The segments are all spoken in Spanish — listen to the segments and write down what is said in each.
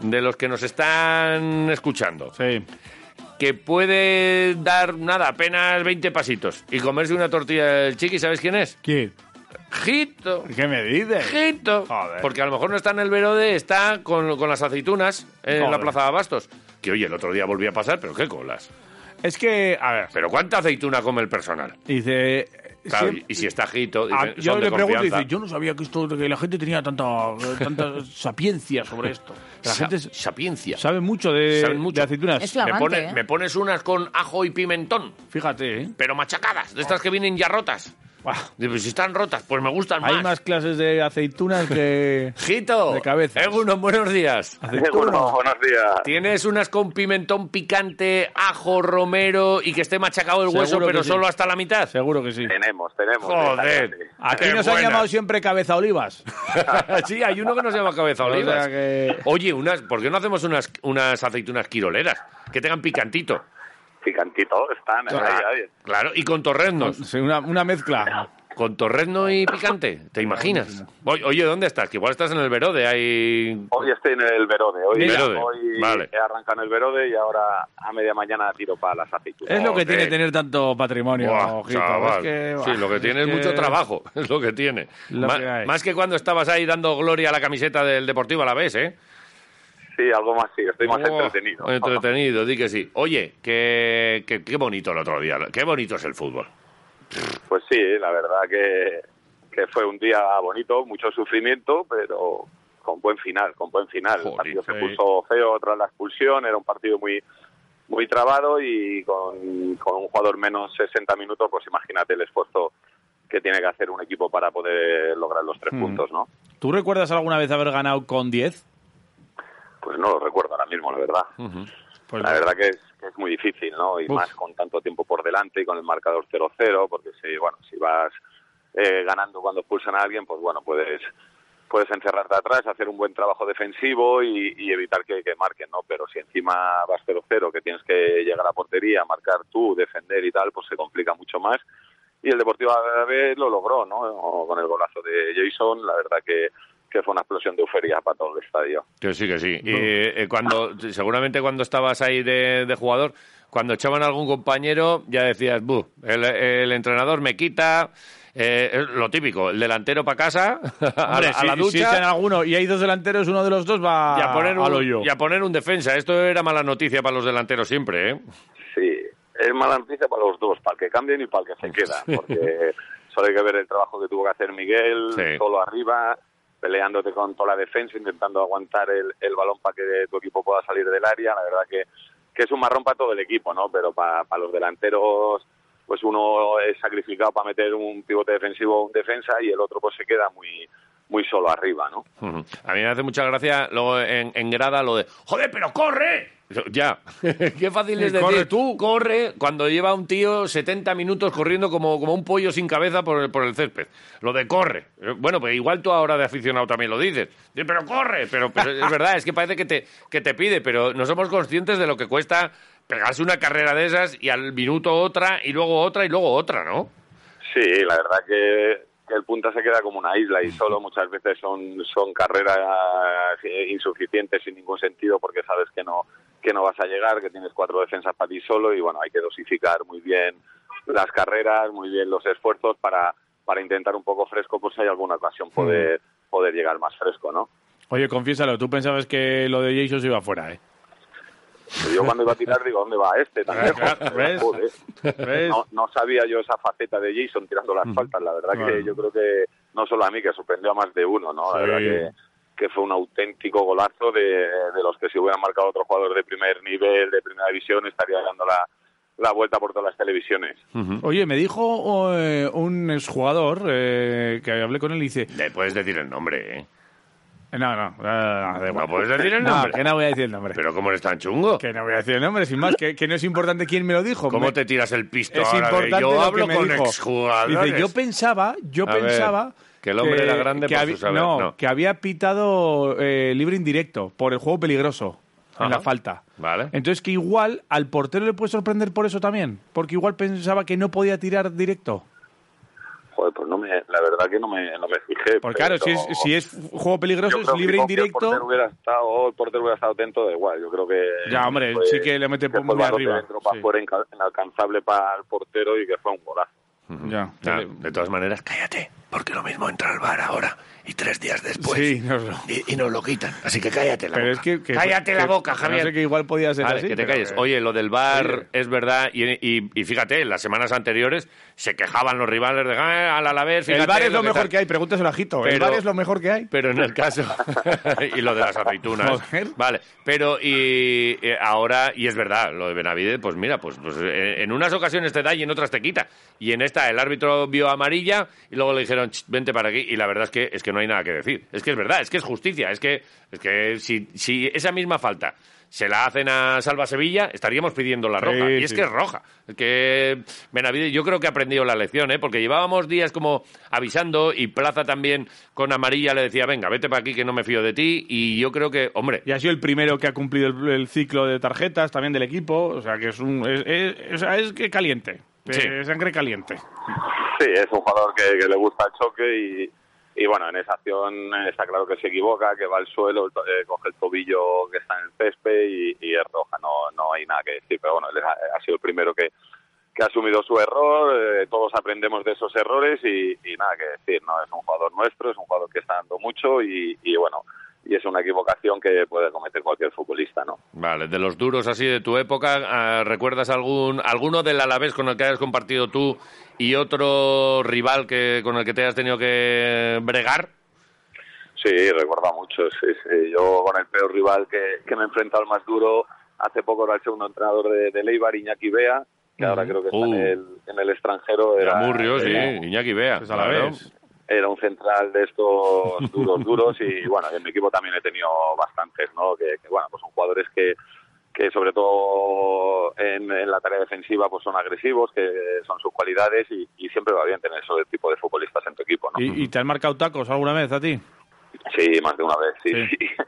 de los que nos están escuchando, Sí. que puede dar nada, apenas 20 pasitos y comerse una tortilla del chiqui, ¿sabes quién es? ¿Qué? Jito. ¿Qué me dices? Jito. Joder. Porque a lo mejor no está en el Verode, está con, con las aceitunas en la Joder. Plaza de Abastos. Que oye, el otro día volví a pasar, pero qué colas. Es que, a ver, Pero ¿cuánta aceituna come el personal? dice... eh, Claro, siem- y- y si está Jito, Ah, dicen, yo son de le pregunto y confianza. dice, yo no sabía que esto que la gente tenía tanta, eh, tanta sapiencia sobre esto. La Sa- gente s- sapiencia. sabe mucho de, Saben mucho. de aceitunas. Es me, flamante, pone- ¿eh? me pones unas con ajo y pimentón, Fíjate, ¿eh? pero machacadas, de estas que vienen ya rotas. Buah, Dice, pues si están rotas, pues me gustan Hay más. más clases de aceitunas que... Jito, De cabezas. Egunon, buenos días. Seguro, buenos días. ¿Tienes unas con pimentón picante, ajo, romero y que esté machacado el hueso, Seguro que pero sí. solo hasta la mitad? Seguro que sí. Tenemos, tenemos. Joder. esa clase. Aquí Qué nos han Eh, buena. llamado siempre cabeza olivas. sí, hay uno que no se llama cabeza O sea olivas. que- Oye, unas, ¿por qué no hacemos unas, unas aceitunas quiroleras? Que tengan picantito. Picantito, están. ahí, ahí. Claro, y con torreznos. Sí, una, una mezcla. Con torrezno y picante, ¿te imaginas? Oye, oye, ¿dónde estás? Que igual estás en el Verode, ahí... Hoy estoy en el Verode. Hoy, Mira. Verode, hoy vale. he arrancado en el Verode y ahora a media mañana tiro para las aceitunas. Es lo que Joder. tiene tener tanto patrimonio, Buah, ojito. chaval. Es que, sí, buah, lo que es tiene es, que- mucho trabajo, es lo que tiene. Lo Ma- que hay. más que cuando estabas ahí dando gloria a la camiseta del Deportivo a la vez, ¿eh? Sí, algo más sí, estoy más Oh, entretenido. Entretenido, di que sí. Oye, que, que- qué bonito el otro día, qué bonito es el fútbol. Pues sí, la verdad que, que fue un día bonito, mucho sufrimiento, pero con buen final, con buen final. Jolín, el partido se sí. puso feo tras la expulsión, era un partido muy muy trabado y con, con un jugador menos 60 minutos, pues imagínate el esfuerzo que tiene que hacer un equipo para poder lograr los Hmm. tres puntos, ¿no? ¿Tú recuerdas alguna vez haber ganado con 10? Pues no lo recuerdo ahora mismo, la verdad. Pues la verdad que es, que es muy difícil, ¿no? Y Uf. más con tanto tiempo por delante y con el marcador 0-0, porque si, bueno, si vas eh, ganando cuando expulsan a alguien, pues bueno, puedes puedes encerrarte atrás, hacer un buen trabajo defensivo y, y evitar que, que marquen, ¿no? Pero si encima vas 0-0, que tienes que llegar a portería, marcar tú, defender y tal, pues se complica mucho más. Y el Deportivo Alavés lo logró, ¿no? O Con el golazo de Jason, la verdad que, que fue una explosión de euforia para todo el estadio. Que sí, que sí. Y, eh, cuando, seguramente cuando estabas ahí de, de jugador, cuando echaban a algún compañero, ya decías, "Buh, el, el entrenador me quita. eh, es lo típico, el delantero para casa, a, Hombre, la, a si- la Si ducha. echan alguno y hay dos delanteros, uno de los dos va y a poner al un, hoyo. y a poner un defensa. Esto era mala noticia para los delanteros siempre, ¿eh? Sí, es mala noticia para los dos, para el que cambien y para el que se queda, porque solo hay que ver el trabajo que tuvo que hacer Miguel, Sí. solo arriba, peleándote con toda la defensa, intentando aguantar el, el balón para que tu equipo pueda salir del área. La verdad que, que es un marrón para todo el equipo, ¿no? Pero para, para los delanteros, pues uno es sacrificado para meter un pivote defensivo o un defensa y el otro pues se queda muy muy solo arriba, ¿no? Ujú. A mí me hace mucha gracia luego en, en grada lo de ¡Joder, pero corre! Ya, qué fácil es decir. Corre tú. Corre cuando lleva un tío 70 minutos corriendo como, como un pollo sin cabeza por, el- por el césped. Lo de corre. Eh, Bueno, pues igual tú ahora de aficionado también lo dices. Dices, Pero corre, pero, pero es verdad, es que parece que te, que te pide, pero no somos conscientes de lo que cuesta pegarse una carrera de esas y al minuto otra y luego otra y luego otra, ¿no? Sí, la verdad que, que el punta se queda como una isla y solo muchas veces son, son carreras eh, insuficientes sin ningún sentido porque sabes que no, que no vas a llegar, que tienes cuatro defensas para ti solo y bueno, hay que dosificar muy bien las carreras, muy bien los esfuerzos para, para intentar un poco fresco, pues si hay alguna ocasión poder, poder llegar más fresco, ¿no? Oye, confiésalo, tú pensabas que lo de Jason se iba fuera, ¿eh? Pero yo cuando iba a tirar digo, ¿dónde va este? Tan lejos? ¿Ves? Joder. ¿Ves? No, no sabía yo esa faceta de Jason tirando las faltas. La verdad Claro. que yo creo que no solo a mí, que sorprendió a más de uno, ¿no? La Sí. verdad que, que fue un auténtico golazo de, de los que si hubiera marcado otro jugador de primer nivel, de primera división, estaría dando la, la vuelta por todas las televisiones. Hmm. Oye, me dijo oh, eh, un exjugador eh, que hablé con él y dice, Le puedes decir el nombre, ¿eh? No, no, no, no, no, da igual. No puedes decir el nombre. No, que no voy a decir el nombre. Pero cómo eres tan chungo. Que no voy a decir el nombre, sin más, que, que no es importante quién me lo dijo. ¿Cómo Me- te tiras el pisto Es ahora? de importante yo lo que hablo me con dijo. exjugadores. Dice, yo pensaba, yo A ver, pensaba... que el hombre era grande por habi- su saber, No, no. que había pitado eh, libre indirecto por el juego peligroso Ajá. en la falta. Vale. Entonces que igual al portero le puede sorprender por eso también, porque igual pensaba que no podía tirar directo. Joder, pues no me, la verdad que no me, no me fijé. Porque claro, si pero- es, si es juego peligroso, Yo es creo que libre con que El portero indirecto. hubiera estado, el portero hubiera estado atento, da igual. Yo creo que. Ya, hombre, fue- sí que le mete que fue el muy balón de arriba, dentro para sí. afuera, inca- inalcanzable para el portero y que fue un golazo. Mm. Ya, Nah, que le- de todas maneras, cállate, porque lo mismo entra al bar ahora y tres días después. Sí, no, no. Y, y nos lo quitan. Así que cállate la Pero boca. es que, que- cállate la que- boca, que Javier. No sé que igual podía ser Vale, así. que te pero eh, calles. que- Oye, lo del bar Oye. es verdad. Y, y- y fíjate, en las semanas anteriores se quejaban los rivales de "Ah, al Alavés. el fíjate bar es lo tal". mejor que hay, pregúntaselo a Jito. el Pero- bar es lo mejor que hay. Pero en el caso. y lo de las aceitunas. Joder. Vale. Pero y eh, ahora, y es verdad, lo de Benavide, pues mira, pues, pues, eh, en unas ocasiones te da y en otras te quita. Y en esta el árbitro vio amarilla y luego le dijeron, "Ch, vente para aquí. Y la verdad es que es que no hay nada que decir. Es que es verdad, es que es justicia. Es que, es que si, si esa misma falta se la hacen a Salva Sevilla, estaríamos pidiendo la Sí, roja. y es sí. que es roja. Es que Benavide yo creo que ha aprendido la lección, ¿eh? porque llevábamos días como avisando y Plaza también con amarilla le decía, venga, vete para aquí que no me fío de ti. Y yo creo que, hombre, Y ha sido el primero que ha cumplido el, el ciclo de tarjetas también del equipo. O sea, que es un. Es, es- o sea, es que caliente. Sí. Eh, sangre caliente. Sí, es un jugador que, que le gusta el choque y, y, bueno, en esa acción eh, está claro que se equivoca, que va al suelo, to- eh, coge el tobillo que está en el césped y, y es roja, no, no hay nada que decir, pero bueno, él ha, ha sido el primero que, que ha asumido su error, eh, todos aprendemos de esos errores y, y nada que decir, ¿no? Es un jugador nuestro, es un jugador que está dando mucho y, y bueno, y es una equivocación que puede cometer cualquier futbolista, ¿no? vale, de los duros así de tu época, ah, ¿recuerdas algún alguno del Alavés con el que hayas compartido tú y otro rival que con el que te hayas tenido que bregar? Sí, recuerda mucho. Sí, sí. Yo con el peor rival que, que me he enfrentado al más duro hace poco era el segundo entrenador de, de Leibar, Iñaki Bea, que ahora creo que está Uh. en, el, en el extranjero. Era Era, Murrio, sí, era- Iñaki Bea. Pues Alavés. era un central de estos duros, duros y bueno, en mi equipo también he tenido bastantes, ¿no? Que, que, bueno, pues son jugadores que, que sobre todo en, en la tarea defensiva pues son agresivos, que son sus cualidades y, y siempre va bien tener ese tipo de futbolistas en tu equipo, ¿no? ¿Y, y te han marcado tacos alguna vez a ti? Sí, más de una vez, Sí. sí. sí.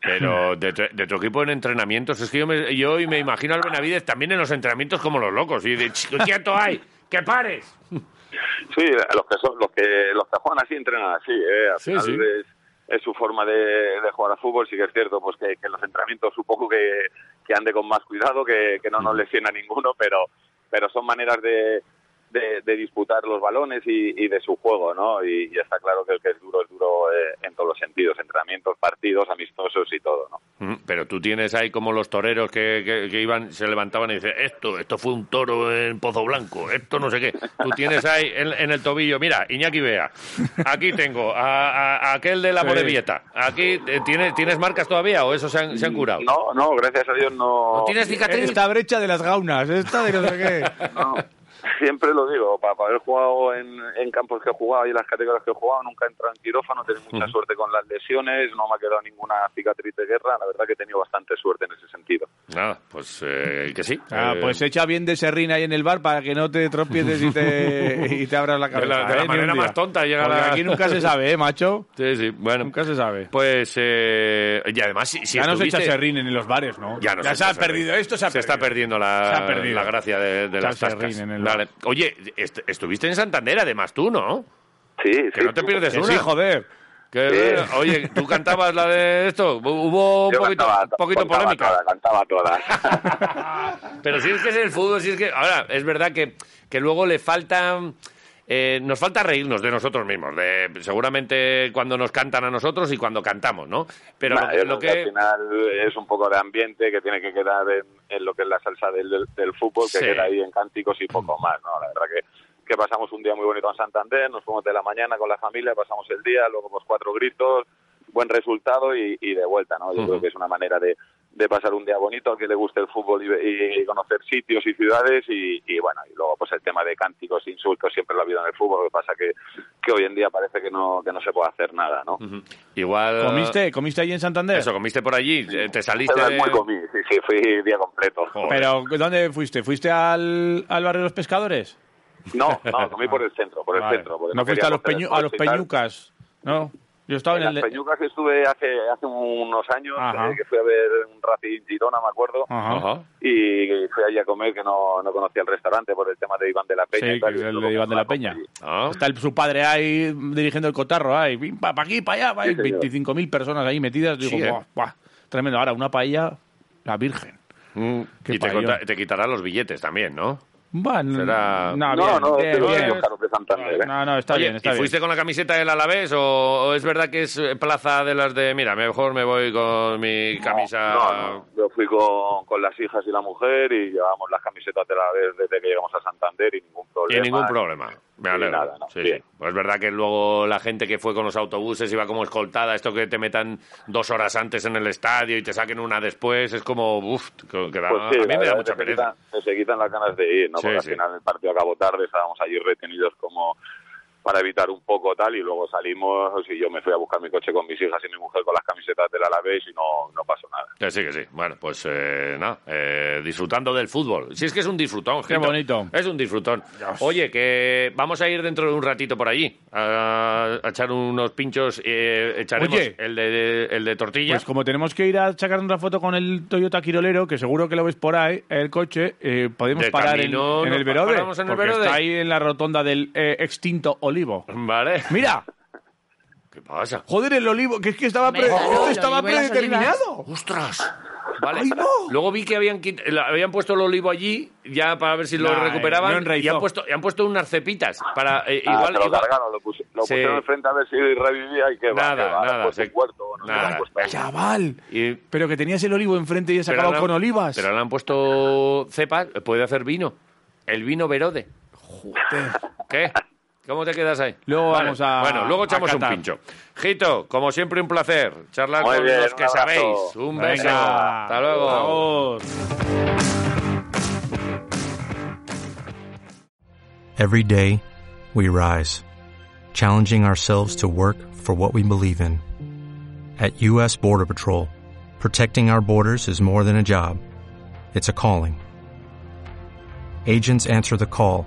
Pero de, tu- de tu equipo en entrenamientos, es que yo, me, yo hoy me imagino al Benavides también en los entrenamientos como los locos. Y de, "Chico, quieto hay, que pares. Sí, los que son, los que los que juegan así entrenan así, eh. Al Sí, final sí. Es, es su forma de, de jugar al fútbol, sí que es cierto, pues que, que en los entrenamientos supongo que, que ande con más cuidado, que, que no nos lesiona ninguno, pero pero son maneras de, de, de disputar los balones y, y de su juego, ¿no? Y, y está claro que el que es duro es duro eh, en todos los sentidos, entrenamientos, partidos, amistosos y todo, ¿no? Mm, Pero tú tienes ahí como los toreros que, que- que iban, se levantaban y dicen, esto, esto fue un toro en Pozo Blanco, esto no sé qué. Tú tienes ahí en, en el tobillo, mira, Iñaki Bea, aquí tengo a, a- a aquel de la Sí. Morevieta. Aquí, eh, ¿tienes, ¿tienes marcas todavía o eso se han, se han curado? No, no, gracias a Dios no. ¿No tienes cicatriz? Esta brecha de las gaunas, esta de no sé qué. No, siempre lo digo, para, haber jugado en, en campos que he jugado y las categorías que he jugado, nunca he entrado en quirófano, tengo mucha suerte con las lesiones, no me ha quedado ninguna cicatriz de guerra, la verdad que he tenido bastante suerte en ese sentido. Nada, pues eh, que sí. Ah, Eh, pues echa bien de serrín ahí en el bar para que no te tropieces y te, y te abras la cabeza. de la ¿eh? Ni un manera día. más tonta llega Porque la- aquí nunca se sabe, ¿eh, macho? Sí, sí, bueno. Nunca se sabe. Pues, eh, y además, si, si ya no se echa estuviste- serrín en los bares, ¿no? Ya, no se, echa ha perdido, serrín. esto se ha perdido. está perdiendo la, Se ha perdido. la gracia de, de Se las ha perdido tascas. en el- Vale. Oye, est- estuviste en Santander además tú, ¿no? Sí, Que sí, no te sí. pierdes Que una. sí, joder. Que, Sí. Oye, tú cantabas la de esto. Hubo un Yo poquito, cantaba, un poquito cantaba polémica. todas, cantaba todas. Pero si es que es el fútbol, si es que. Ahora, es verdad que, que luego le falta. eh, nos falta reírnos de nosotros mismos, de, seguramente cuando nos cantan a nosotros y cuando cantamos, ¿no? Pero Nah, lo, yo lo creo que que. al final es un poco de ambiente que tiene que quedar en, en lo que es la salsa del, del- del fútbol, que Sí. queda ahí en cánticos y poco más, ¿no? La verdad que, que pasamos un día muy bonito en Santander, nos fuimos de la mañana con la familia, pasamos el día, luego pues cuatro gritos, buen resultado y, y de vuelta, ¿no? Yo Ujú. creo que es una manera de, de pasar un día bonito, al que le guste el fútbol y, y conocer sitios y ciudades y, y, bueno, y luego pues el tema de cánticos, insultos, siempre lo ha habido en el fútbol, lo que pasa que, que hoy en día parece que no, que no se puede hacer nada, ¿no? Igual... ¿Comiste, ¿Comiste allí en Santander? Ah. Eso, comiste por allí, eh, te saliste... Pero de- es muy comí, sí, sí, fui día completo. Joder. Pero, ¿dónde fuiste? ¿Fuiste al, al barrio de los pescadores? No, no, comí por el centro, por el Vale. centro. porque No fuiste a los, queríamos peñu- a hacer los esfuerzo y tal. peñucas, ¿no? Yo estaba en, En el... las de- Peñucas que estuve hace, hace unos años, Ajá. Ah. eh, que fui a ver un Racing Girona, me acuerdo, Ajá. Ajá. y fui allí a comer, que no, no conocía el restaurante por el tema de Iván de la Peña. Sí, y tal, que y es el luego de Iván de la Peña. comí. Ah. Está el- su padre ahí dirigiendo el cotarro, ahí, para aquí, para allá, pa' ahí, Sí, señor. 25.000 personas ahí metidas. Digo, Sí, ¿eh? "Buah, buah, tremendo. Ahora, una paella, la virgen. Mm. Qué Y te, payón. conta- te quitarán los billetes también, ¿no? Va, n- Será- No, No, Ah, bien, no, bien, te lo bien. Ah, digo, Carlos de Santander, ¿eh? No, no, está Oye, bien, está ¿Y bien. fuiste con la camiseta del Alavés o, o es verdad que es eh, plaza de las de, mira, mejor me voy con mi camisa... No, no, yo fui con, con las hijas y la mujer y llevábamos las camisetas de la vez desde que llegamos a Santander y ningún Sin problema. ningún problema. Me ni alegro. nada, no, Sí, bien. sí. Pues es verdad que luego la gente que fue con los autobuses iba como escoltada. Esto que te metan dos horas antes en el estadio y te saquen una después es como, uff, que que da- Pues sí, a mí la me da verdad mucha es que se pereza. quitan- se quitan las ganas de ir, ¿no? Sí, Porque sí. al final el partido acabó tarde, estábamos allí retenidos como para evitar un poco tal y luego salimos y yo me fui a buscar mi coche con mis hijas y mi mujer con las camisetas del Alavés y no, no pasó nada. Que sí, que sí. Bueno, pues eh, nada, eh, disfrutando del fútbol. Si es que es un disfrutón, Qué Gito. bonito. Es un disfrutón. Oye, que vamos a ir dentro de un ratito por allí a, a echar unos pinchos. eh, echaremos Oye. el de, el de tortilla. Pues como tenemos que ir a sacar una foto con el Toyota Quirolero, que seguro que lo ves por ahí, el coche, eh, podemos De parar en- camino en, nos el Verode. paramos en el porque Verode. está ahí en la rotonda del eh, extinto olivo. Vale. ¡Mira! ¿Qué pasa? Joder, el olivo, que es que estaba, Hombre, pre- claro, esto el estaba olivo y las predeterminado. ¡Ostras! Vale. ¡Ay, no! Luego vi que habían, quit- la- habían puesto el olivo allí, ya para ver si lo Nah, eh, no recuperaban. enraizó. y han puesto, y han puesto unas cepitas para. eh, Ah, igual, se lo igual- cargaron, lo, pus- lo Sí. pusieron enfrente a ver si revivía y que va, Nada, que va, le han nada, puesto sí. un cuarto, o no sé pues, Nada. qué le han puesto. Chaval, y- pero que tenías el olivo enfrente y has acabado ahora- con olivas. Pero ahora han puesto cepas, puede hacer vino. El vino Verode. ¿Qué? ¿Cómo te quedas ahí? Luego vamos a- Bueno, luego a echamos un catar. pincho. Gito, como siempre, un placer charlar Muy con bien, los un que abrazo. sabéis. Un Venga. beso. Hasta luego. Vamos. Every day, we rise, challenging ourselves to work for what we believe in. At U.S. Border Patrol, protecting our borders is more than a job, it's a calling. Agents answer the call,